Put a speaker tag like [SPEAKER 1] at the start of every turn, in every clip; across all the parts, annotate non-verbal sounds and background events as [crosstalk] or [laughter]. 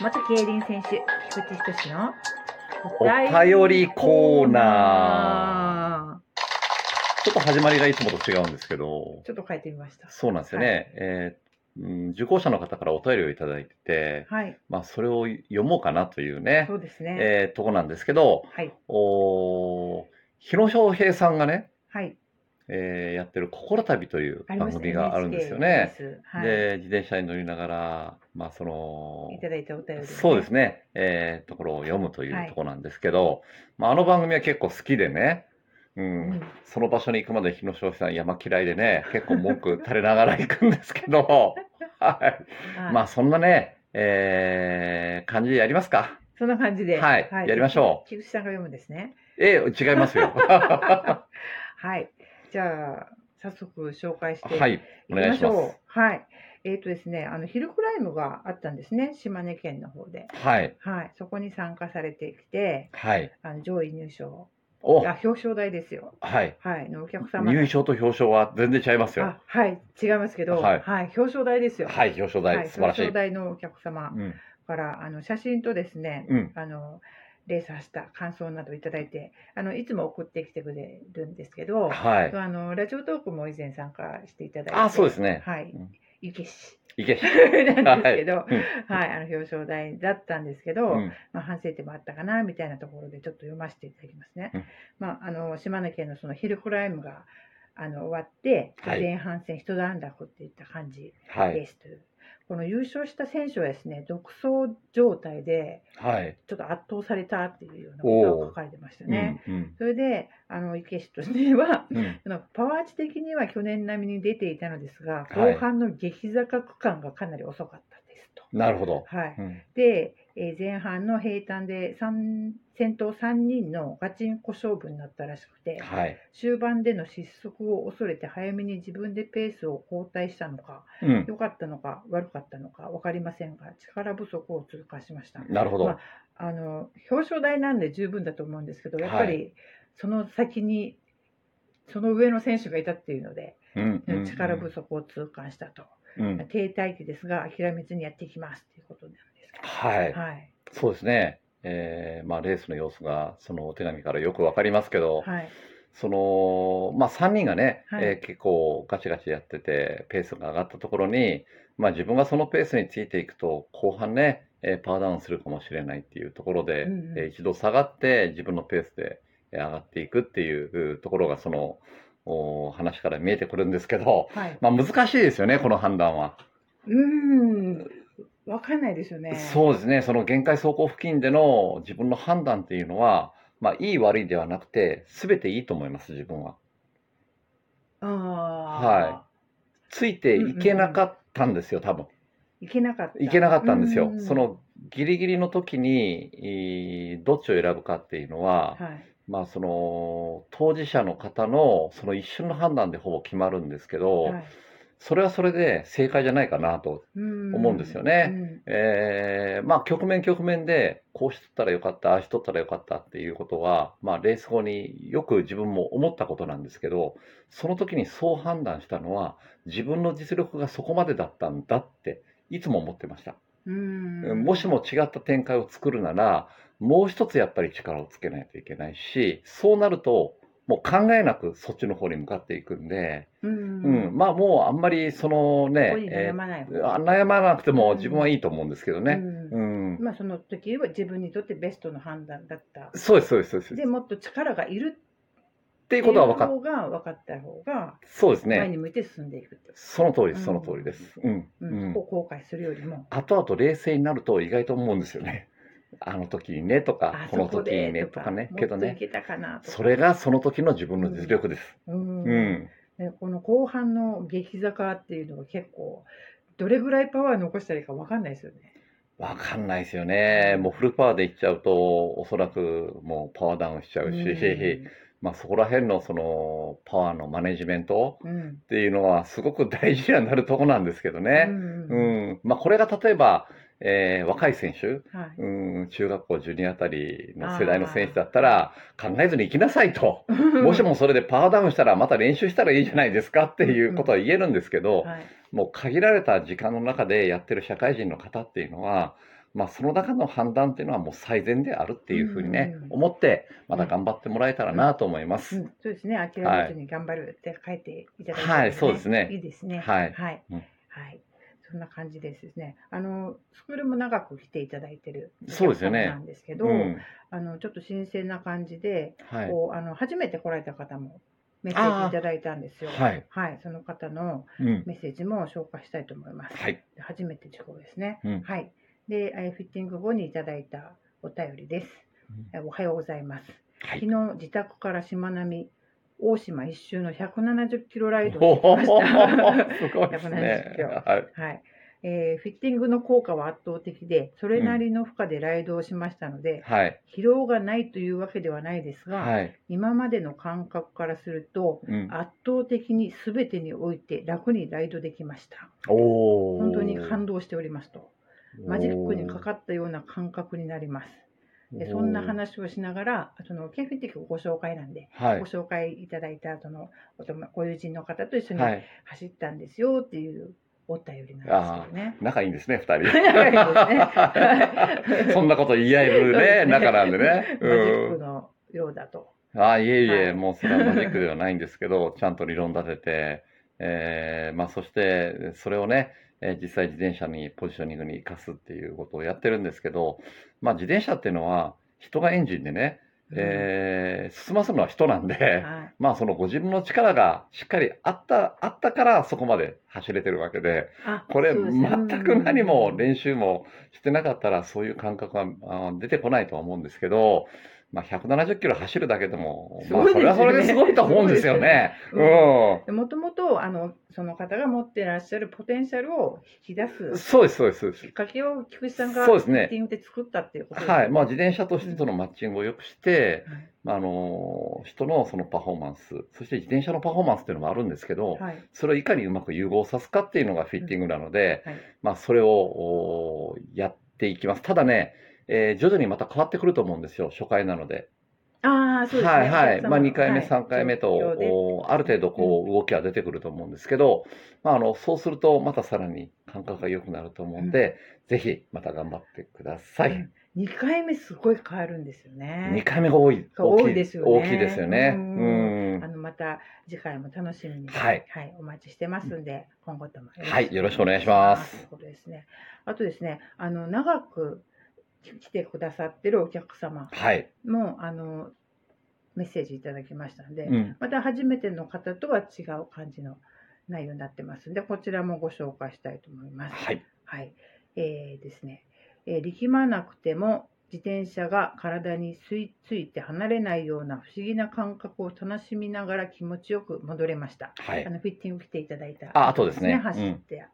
[SPEAKER 1] 元競輪選手、菊池仁の
[SPEAKER 2] お便りコーナー。
[SPEAKER 1] あ
[SPEAKER 2] ちょっと始まりがいつもと違うんですけど
[SPEAKER 1] ー。ちょっと変えてみました。
[SPEAKER 2] そうなんですよね。えーうん受講者の方からお便りをいただいてて、
[SPEAKER 1] はい、
[SPEAKER 2] まあ、それを読もうかなというね
[SPEAKER 1] そ、うですね。
[SPEAKER 2] えーとこなんですけど、
[SPEAKER 1] はい、
[SPEAKER 2] おー広翔平さんがね、
[SPEAKER 1] はい、
[SPEAKER 2] えーやってる「心旅」という
[SPEAKER 1] ありま
[SPEAKER 2] 番
[SPEAKER 1] した
[SPEAKER 2] 組があるんですよね。。
[SPEAKER 1] NHK はい、
[SPEAKER 2] で自転車に乗りながら、まあ、その
[SPEAKER 1] いただいたお便り、
[SPEAKER 2] そうです
[SPEAKER 1] ね。
[SPEAKER 2] ね、えーところを読むとい
[SPEAKER 1] はいう
[SPEAKER 2] ところなんですけど、まあ、あの番組は結構好きでね、う
[SPEAKER 1] うんん、
[SPEAKER 2] その場所に行くまで日野翔さん山嫌いでね結構文句垂れながら行くんですけど、
[SPEAKER 1] [laughs]
[SPEAKER 2] はいまあ
[SPEAKER 1] あ、
[SPEAKER 2] そんなね、えー感じでやりますか。
[SPEAKER 1] そんな感じで、
[SPEAKER 2] はいやりましょ
[SPEAKER 1] う。菊池さんが読むんですね。
[SPEAKER 2] えー違
[SPEAKER 1] [laughs]
[SPEAKER 2] いますよ。は
[SPEAKER 1] はい、じゃあ、早速紹介して
[SPEAKER 2] い、
[SPEAKER 1] 行き
[SPEAKER 2] お願いしま
[SPEAKER 1] ょ
[SPEAKER 2] す
[SPEAKER 1] う。。はい。えっ、とですね、あのヒルクライムがあったんですね、島根県の方で。
[SPEAKER 2] はい、
[SPEAKER 1] はい。そこに参加されてきて、
[SPEAKER 2] はい、
[SPEAKER 1] あの上位入賞、あ
[SPEAKER 2] お、
[SPEAKER 1] 表彰台ですよ。
[SPEAKER 2] はい。
[SPEAKER 1] はい。のお客様。
[SPEAKER 2] 入賞と表彰は全然違いますよ
[SPEAKER 1] あ。、はい。違いますけど、は
[SPEAKER 2] はいい。
[SPEAKER 1] 表彰台ですよ。
[SPEAKER 2] はい、表彰台、
[SPEAKER 1] はい
[SPEAKER 2] 素晴らし
[SPEAKER 1] 表
[SPEAKER 2] い。
[SPEAKER 1] 彰台のお客様
[SPEAKER 2] うん、
[SPEAKER 1] から、あの写真とですね、
[SPEAKER 2] うん、
[SPEAKER 1] あの。レース走った感想などいただいて、あのいつも送ってきてくれるんですけど、
[SPEAKER 2] はい。
[SPEAKER 1] あのラジオトークも以前参加していただいて、
[SPEAKER 2] あ、そうですね。
[SPEAKER 1] はい
[SPEAKER 2] うん、
[SPEAKER 1] ゆけし
[SPEAKER 2] いけ。
[SPEAKER 1] [laughs] なんですけど、
[SPEAKER 2] うん
[SPEAKER 1] はい、あの表彰台だったんですけど、
[SPEAKER 2] うん
[SPEAKER 1] まあ、反省点もあったかなみたいなところでちょっと読ませていただきますね。
[SPEAKER 2] うん
[SPEAKER 1] まあ、あの島根県のそのヒルクライムがあの終わって、
[SPEAKER 2] はい
[SPEAKER 1] 前半戦一段落っていった感じ
[SPEAKER 2] はい、
[SPEAKER 1] ですという、この優勝した選手はですね独走状態で
[SPEAKER 2] はい。
[SPEAKER 1] ちょっと圧倒されたっていうようなことが書かれてましたね。
[SPEAKER 2] うん、
[SPEAKER 1] それであの池氏としては [laughs]
[SPEAKER 2] うん、うん。
[SPEAKER 1] あのパワー値的には去年並みに出ていたのですが
[SPEAKER 2] はい
[SPEAKER 1] 後半の激坂区間がかなり遅かったですと。
[SPEAKER 2] なるほど。
[SPEAKER 1] はい、
[SPEAKER 2] うん、
[SPEAKER 1] で、えー前半の平坦で三先頭3人のガチンコ勝負になったらしくて
[SPEAKER 2] はい。
[SPEAKER 1] 終盤での失速を恐れて早めに自分でペースを後退したのか
[SPEAKER 2] うん、
[SPEAKER 1] 良かったのか悪かったのか分かりませんが力不足を通過しました
[SPEAKER 2] なるほど。
[SPEAKER 1] まああの表彰台なんで十分だと思うんですけどやっぱ
[SPEAKER 2] は
[SPEAKER 1] りその先にその上の選手がいたっていうので、
[SPEAKER 2] うん、うん
[SPEAKER 1] 力不足を痛感したと、
[SPEAKER 2] うん、
[SPEAKER 1] 停滞期ですが諦めずにやっていきますということなんですけ
[SPEAKER 2] はい
[SPEAKER 1] ど。はい
[SPEAKER 2] そうですね。えーまあ、レースの様子がそのお手紙からよくわかりますけど、
[SPEAKER 1] はい
[SPEAKER 2] そのまあ、3人がね、
[SPEAKER 1] はい
[SPEAKER 2] えー結構ガチガチやっててペースが上がったところに、まあ、自分がそのペースについていくと後半ね、えーパワーダウンするかもしれないっていうところで、
[SPEAKER 1] うんうん
[SPEAKER 2] えー一度下がって自分のペースでえー上がっていくっていうところがそのお話から見えてくるんですけど、
[SPEAKER 1] はい、
[SPEAKER 2] まあ、難しいですよねこの判断は。
[SPEAKER 1] うーん、わかんないですよね。
[SPEAKER 2] そうですね、その限界走行付近での自分の判断っていうのは、まあ、いい悪いではなくて、すべていいと思います、自分は。
[SPEAKER 1] あ
[SPEAKER 2] はついていけなかったんですよ、多分
[SPEAKER 1] い。いけなかった。
[SPEAKER 2] いけなかったんですよ
[SPEAKER 1] う。
[SPEAKER 2] そ、のギリギリの時に、いどっちを選ぶかっていうのは、
[SPEAKER 1] はい、
[SPEAKER 2] まあ、その当事者の方のその一瞬の判断でほぼ決まるんですけど、
[SPEAKER 1] はい、
[SPEAKER 2] それはそれで正解じゃないかなと
[SPEAKER 1] 思
[SPEAKER 2] 思うんですよね。えーまあ局面局面でこうしとったらよかったああしとったらよかったっていうことは、まあ、レース後によく自分も思ったことなんですけどその時にそう判断したのは自分の実力がそこまでだったんだっていつも思ってました、
[SPEAKER 1] うん。うん
[SPEAKER 2] もしも違った展開を作るならもう一つやっぱり力をつけないといけないしそうなるともう考えなくそっちの方に向かっていくんで、
[SPEAKER 1] うん、
[SPEAKER 2] うんまあもうあんまりそのね
[SPEAKER 1] ここに
[SPEAKER 2] え
[SPEAKER 1] 悩まない方
[SPEAKER 2] ーあ悩まなくても自分はいいと思うんですけどね、
[SPEAKER 1] うん
[SPEAKER 2] うん、
[SPEAKER 1] まあ、その時は自分にとってベストの判断だった。
[SPEAKER 2] そうです、そうです、そうです。
[SPEAKER 1] でもっと力がいるっ
[SPEAKER 2] ってい
[SPEAKER 1] て
[SPEAKER 2] う
[SPEAKER 1] いう
[SPEAKER 2] ことは分かっ
[SPEAKER 1] 方が分かった方が
[SPEAKER 2] そうです
[SPEAKER 1] 前
[SPEAKER 2] ね。
[SPEAKER 1] に向いて進んでいくと、
[SPEAKER 2] その通りです、その通りです。うん。
[SPEAKER 1] う
[SPEAKER 2] うんん
[SPEAKER 1] そ。こを後悔するよりも
[SPEAKER 2] 後々冷静になると意外と思うんですよね。 [laughs] あの時にねとか
[SPEAKER 1] あ、そ
[SPEAKER 2] この
[SPEAKER 1] こ
[SPEAKER 2] 時
[SPEAKER 1] で
[SPEAKER 2] にねとかね。けど
[SPEAKER 1] もっ
[SPEAKER 2] ね
[SPEAKER 1] と、いけたかなとか
[SPEAKER 2] それがその時の自分の実力です。
[SPEAKER 1] うん
[SPEAKER 2] うん。
[SPEAKER 1] ね、この後半の激坂っていうのが結構どれぐらいパワー残したらいいかわかんないですよね。
[SPEAKER 2] わかんないですよね。もうフルパワーでいっちゃうと、おそらくもうパワーダウンしちゃうし、まあそこら辺のそのパワーのマネジメント
[SPEAKER 1] うんうん
[SPEAKER 2] っていうのはすごく大事にはなるとこなんですけどね。
[SPEAKER 1] うん
[SPEAKER 2] うんまあ、これが例えば、えー若い選手、
[SPEAKER 1] はいう
[SPEAKER 2] ん、中学校ジュニアあたりの世代の選手だったら、考えずに行きなさいと、もしもそれでパワーダウンしたら、また練習したらいいじゃないですかっていうことは言えるんですけど、
[SPEAKER 1] はい
[SPEAKER 2] もう限られた時間の中でやってる社会人の方っていうのは、まあ、その中の判断っていうのはもう最善であるっていうふうにね、
[SPEAKER 1] うん
[SPEAKER 2] 思って、また頑張ってもらえたらなと思いま
[SPEAKER 1] う
[SPEAKER 2] す。
[SPEAKER 1] ん、そうですね諦めずに頑張るって書いていただいて、
[SPEAKER 2] はいそうですね
[SPEAKER 1] いいですね
[SPEAKER 2] はい
[SPEAKER 1] はい、
[SPEAKER 2] うん
[SPEAKER 1] はいそんな感じですねあのスクールも長く来ていただいてる
[SPEAKER 2] そうですよね
[SPEAKER 1] お客様なんですけど、
[SPEAKER 2] うん
[SPEAKER 1] あのちょっと新鮮な感じで、
[SPEAKER 2] はい、
[SPEAKER 1] こうあの初めて来られた方もメッセージいただいたんですよ
[SPEAKER 2] あーはい、
[SPEAKER 1] その方の
[SPEAKER 2] うん
[SPEAKER 1] メッセージも紹介したいと思います、
[SPEAKER 2] はい
[SPEAKER 1] で初めて受講ですね、
[SPEAKER 2] うん
[SPEAKER 1] はいでえーフィッティング後にいただいたお便りです、えーおはようございます
[SPEAKER 2] はい
[SPEAKER 1] 昨日自宅からしまなみ大島一周の170キロライド
[SPEAKER 2] お
[SPEAKER 1] をしまし
[SPEAKER 2] ー
[SPEAKER 1] た。 [laughs]
[SPEAKER 2] [laughs] すごいです
[SPEAKER 1] 170
[SPEAKER 2] ね
[SPEAKER 1] キロ。
[SPEAKER 2] はい
[SPEAKER 1] はいえーフィッティングの効果は圧倒的でそれなりの負荷でライドをしましたので、
[SPEAKER 2] はい。
[SPEAKER 1] 疲労がないというわけではないですが、
[SPEAKER 2] はい。
[SPEAKER 1] 今までの感覚からすると
[SPEAKER 2] うん、
[SPEAKER 1] 圧倒的に全てにおいて楽にライドできました
[SPEAKER 2] おお。
[SPEAKER 1] 本当に感動しておりますとマジックにかかったような感覚になりますでそんな話をしながらそのケンフィッティングご紹介なんで
[SPEAKER 2] おー。はい
[SPEAKER 1] ご。紹介いただいた後のお友ご友人の方と一緒に
[SPEAKER 2] はい。
[SPEAKER 1] 走ったんですよっていうお便りなんですよね。
[SPEAKER 2] 仲いいんですね、二人。
[SPEAKER 1] [laughs]
[SPEAKER 2] [laughs]
[SPEAKER 1] 仲いいですね
[SPEAKER 2] そんなこと言い合え
[SPEAKER 1] そ
[SPEAKER 2] る
[SPEAKER 1] うで
[SPEAKER 2] ね、
[SPEAKER 1] すね
[SPEAKER 2] 仲なんでね。
[SPEAKER 1] マジック
[SPEAKER 2] う
[SPEAKER 1] のようだと。
[SPEAKER 2] ん。あ、いえい
[SPEAKER 1] は
[SPEAKER 2] え、
[SPEAKER 1] い
[SPEAKER 2] もうそれはマジックではないんですけど、ち [laughs] ゃんと理論立てて、えー、まあそして、それをね、えー実際自転車にポジショニングに生かすっていうことをやってるんですけど、まあ自転車っていうのは、人がエンジンでね、えー、進ませるのは人なん
[SPEAKER 1] うん
[SPEAKER 2] で、
[SPEAKER 1] はい
[SPEAKER 2] まあそのご自分の力がしっかりあった、あったからそこまで走れてるわけで、
[SPEAKER 1] あ
[SPEAKER 2] これ
[SPEAKER 1] そうですね
[SPEAKER 2] 全く何も
[SPEAKER 1] うん
[SPEAKER 2] 練習もしてなかったらそういう感覚はあー出てこないとは思うんですけど、まあ170キロ走るだけでも、
[SPEAKER 1] す
[SPEAKER 2] まあ
[SPEAKER 1] ごい
[SPEAKER 2] それは
[SPEAKER 1] ですよね
[SPEAKER 2] それですごいと思うんですよね。
[SPEAKER 1] すごいですよ
[SPEAKER 2] うん。
[SPEAKER 1] でもともとあのその方が持ってらっしゃるポテンシャルを引き出す
[SPEAKER 2] そうです、そうです、そうで
[SPEAKER 1] きっ
[SPEAKER 2] す。
[SPEAKER 1] かけを菊池さんが
[SPEAKER 2] そうですね
[SPEAKER 1] フィッティングで作ったっていうことですね
[SPEAKER 2] はい。まあ自転車と人とのマッチングを良くして、
[SPEAKER 1] はい
[SPEAKER 2] まああのー、人のそのパフォーマンス、そして自転車のパフォーマンスっていうのもあるんですけど、
[SPEAKER 1] はい
[SPEAKER 2] それをいかにうまく融合さすかっていうのがフィッティングなので、
[SPEAKER 1] はい
[SPEAKER 2] まあ、それをおーやっていきます。ただね、えー徐々にまた変わってくると思うんですよ、初回なので。
[SPEAKER 1] ああそうですね。
[SPEAKER 2] はいはい。
[SPEAKER 1] お客様の
[SPEAKER 2] まあ、2回目、
[SPEAKER 1] はい
[SPEAKER 2] 3回目と、
[SPEAKER 1] 状況で
[SPEAKER 2] おーある程度こう動きは出てくると思うんですけど、まあ、あのそうするとまたさらに感覚が良くなると思うんで、ぜひまた頑張ってください。
[SPEAKER 1] 二回目すごい変わるんですよね。
[SPEAKER 2] 2回目が多い。
[SPEAKER 1] そう
[SPEAKER 2] 大き
[SPEAKER 1] 多いですよね
[SPEAKER 2] 大きいですよね。
[SPEAKER 1] う
[SPEAKER 2] うんん
[SPEAKER 1] あ。のまた次回も楽しみに、
[SPEAKER 2] はい
[SPEAKER 1] お待ちしてますんで、今後とも
[SPEAKER 2] はいよろしくお願いします
[SPEAKER 1] ということですね。あとですね、あの長く来てくださってるお客様
[SPEAKER 2] はい。
[SPEAKER 1] もあのメッセージいただきましたので、
[SPEAKER 2] うん。
[SPEAKER 1] また初めての方とは違う感じの内容になってますんで、こちらもご紹介したいと思います。
[SPEAKER 2] はい。
[SPEAKER 1] はい、えーですね、えー力まなくても自転車が体に吸い付いて離れないような不思議な感覚を楽しみながら気持ちよく戻れました。
[SPEAKER 2] は
[SPEAKER 1] あ
[SPEAKER 2] い。
[SPEAKER 1] のフィッティング来ていただいた
[SPEAKER 2] ああとですね
[SPEAKER 1] 走
[SPEAKER 2] うん
[SPEAKER 1] って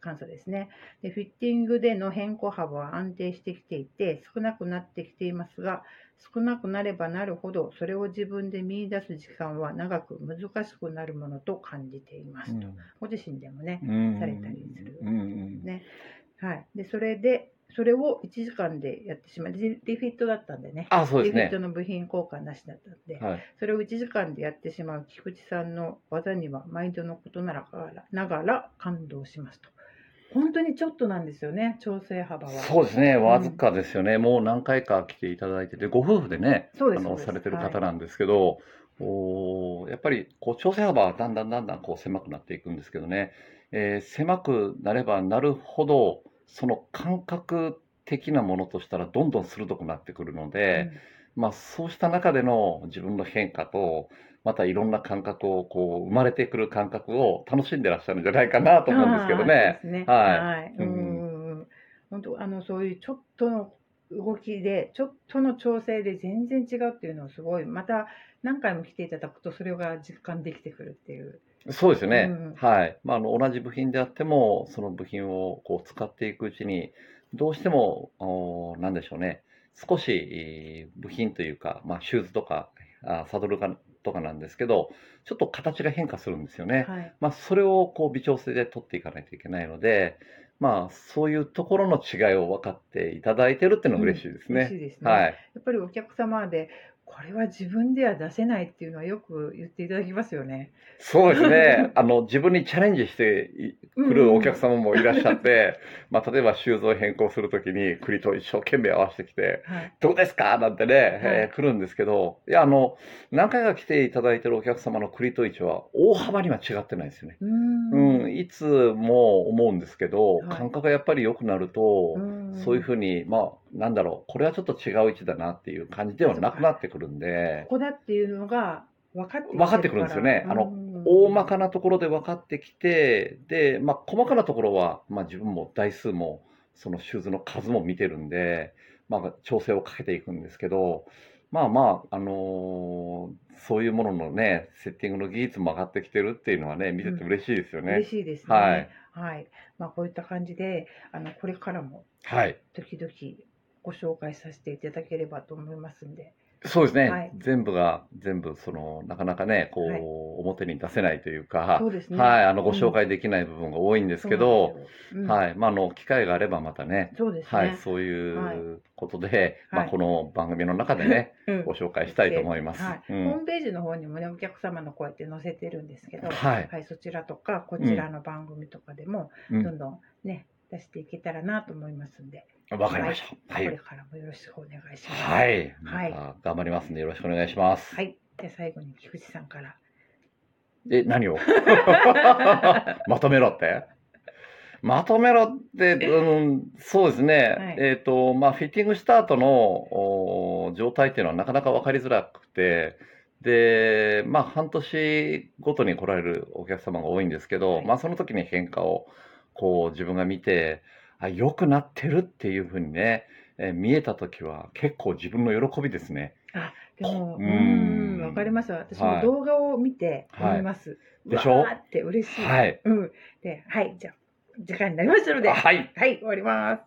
[SPEAKER 1] 感想ですね、で。フィッティングでの変更幅は安定してきていて少なくなってきていますが少なくなればなるほどそれを自分で見出す時間は長く難しくなるものと感じています。
[SPEAKER 2] うん
[SPEAKER 1] ご自身でもね、
[SPEAKER 2] うん
[SPEAKER 1] されたりする
[SPEAKER 2] うんうん
[SPEAKER 1] ね。はい。で、それで、それを1時間でやってしまい、リリフィットだったんでね。
[SPEAKER 2] あ、そうで
[SPEAKER 1] リ
[SPEAKER 2] す
[SPEAKER 1] フィット
[SPEAKER 2] ね。
[SPEAKER 1] の部品交換なしだったんで、
[SPEAKER 2] はい。
[SPEAKER 1] それを1時間でやってしまう菊池さんの技には毎度のことならからながら感動しますと。本当にちょっとなんですよね、調整幅は。
[SPEAKER 2] そうですね、
[SPEAKER 1] ん
[SPEAKER 2] わずかですよね、もう何回か来ていただいてて、ご夫婦でね、
[SPEAKER 1] そう
[SPEAKER 2] あ
[SPEAKER 1] ですそう
[SPEAKER 2] の
[SPEAKER 1] です
[SPEAKER 2] されてる方
[SPEAKER 1] はい
[SPEAKER 2] なんですけど、おーやっぱりこう調整幅はだんだんだんだんこう狭くなっていくんですけどね、えー狭くなればなるほど、その感覚的なものとしたら、どんどん鋭くなってくるので、まあ、そうした中での自分の変化と、またいろんな感覚をこう生まれてくる感覚を楽しんでらっしゃるんじゃないかなと思うんですけど
[SPEAKER 1] あー
[SPEAKER 2] ね。
[SPEAKER 1] そうですね
[SPEAKER 2] はい
[SPEAKER 1] はい。う
[SPEAKER 2] うん
[SPEAKER 1] んうん。本当あのそういうちょっとの動きでちょっとの調整で全然違うっていうのをすごいまた何回も来ていただくとそれが実感できてくるっていう。
[SPEAKER 2] そうですよね、
[SPEAKER 1] うん
[SPEAKER 2] はい、まあ、あの同じ部品であってもその部品をこう使っていくうちにどうしてもおーなんでしょうね少しえー部品というか、まあ、シューズとかあーサドルかとかなんですけどちょっと形が変化するんですよね、
[SPEAKER 1] はい。
[SPEAKER 2] まあ、それをこう微調整で取っていかないといけないので、まあ、そういうところの違いを分かっていただいてるっていうのが嬉しいです
[SPEAKER 1] 嬉し
[SPEAKER 2] ね。
[SPEAKER 1] いですね。
[SPEAKER 2] は
[SPEAKER 1] や
[SPEAKER 2] い。
[SPEAKER 1] っぱりお客様でこれは自分では出せないっていうのはよく言っていただきますよね。
[SPEAKER 2] そうですね。あの、自分にチャレンジしてい来るお客様もいらっしゃって、 [laughs] まあ、例えば修造変更するときに栗と一生懸命合わせてきて、
[SPEAKER 1] うん。はい。
[SPEAKER 2] どうですかなんてね、えー来るんですけど、いや、あの、何回か来ていただいてるお客様の栗と一は大幅には違ってないですよね。
[SPEAKER 1] う。
[SPEAKER 2] うんん、いつも思うんですけど、
[SPEAKER 1] はい
[SPEAKER 2] 感覚がやっぱり良くなると、
[SPEAKER 1] うん
[SPEAKER 2] そういうふうに、まあ、なんだろう、これはちょっと違う位置だなっていう感じではなくなってくるんで
[SPEAKER 1] こ、こだっていうのが分かってきて
[SPEAKER 2] 分かってくるんですよねあの大まかなところで分かってきて、で、まあ、細かなところは、まあ、自分も台数も、そのシューズの数も見てるんで、まあ、調整をかけていくんですけど、まあまあ、あのーそういうもののね、セッティングの技術も上がってきてるっていうのはね、見てて嬉しいですよね
[SPEAKER 1] 嬉。しいですね。
[SPEAKER 2] はい。
[SPEAKER 1] はい。まあこういった感じで、あのこれからも
[SPEAKER 2] はい。
[SPEAKER 1] 時々ご紹介させていただければと思いますんで。
[SPEAKER 2] そうですね、
[SPEAKER 1] はい
[SPEAKER 2] 全部が全部そのなかなかねこう、
[SPEAKER 1] はい
[SPEAKER 2] 表に出せないというか
[SPEAKER 1] そうですね。
[SPEAKER 2] はい
[SPEAKER 1] い。
[SPEAKER 2] あのご紹介できない部分が多いんですけど、
[SPEAKER 1] うん、
[SPEAKER 2] はいまあ、あの機会があればまたね
[SPEAKER 1] そうですね。
[SPEAKER 2] はい、そういうことで、
[SPEAKER 1] はい
[SPEAKER 2] まあ、この番組の中でね、
[SPEAKER 1] うん
[SPEAKER 2] ご紹介したいと思います。
[SPEAKER 1] はい
[SPEAKER 2] うん
[SPEAKER 1] ホームページの方にもね、お客様の声って載せてるんですけど、
[SPEAKER 2] はい
[SPEAKER 1] そちらとか、こちらの番組とかでも、
[SPEAKER 2] うん
[SPEAKER 1] どんどんね、出していけたらなと思いますんで、
[SPEAKER 2] わかりました。は
[SPEAKER 1] これ
[SPEAKER 2] い、
[SPEAKER 1] からもよろしくお願いします。。
[SPEAKER 2] はいい
[SPEAKER 1] はい
[SPEAKER 2] また頑張りますんでよろしくお願いします。
[SPEAKER 1] はい。じゃあ最後に菊池さんから。
[SPEAKER 2] え、
[SPEAKER 1] [laughs]
[SPEAKER 2] 何をまとめろってまとめろって、うん、そうですね。
[SPEAKER 1] い
[SPEAKER 2] えっ、と、まあ、フィッティングした後のおー状態っていうのはなかなか分かりづらくて、で、まあ、半年ごとに来られるお客様が多いんですけど、
[SPEAKER 1] はい
[SPEAKER 2] まあ、その時に変化を、こう、自分が見て、あ、良くなってるっていうふうにね、えー見えた時は結構自分の喜びですね。
[SPEAKER 1] でも、
[SPEAKER 2] う
[SPEAKER 1] うんん、わかります。私
[SPEAKER 2] は
[SPEAKER 1] も
[SPEAKER 2] い
[SPEAKER 1] 動画を見て思います。
[SPEAKER 2] でしょ
[SPEAKER 1] うわーって嬉しい。
[SPEAKER 2] はい。
[SPEAKER 1] うん。で、はい、じゃあ、時間になりましたので、
[SPEAKER 2] はい。
[SPEAKER 1] はい、終わります。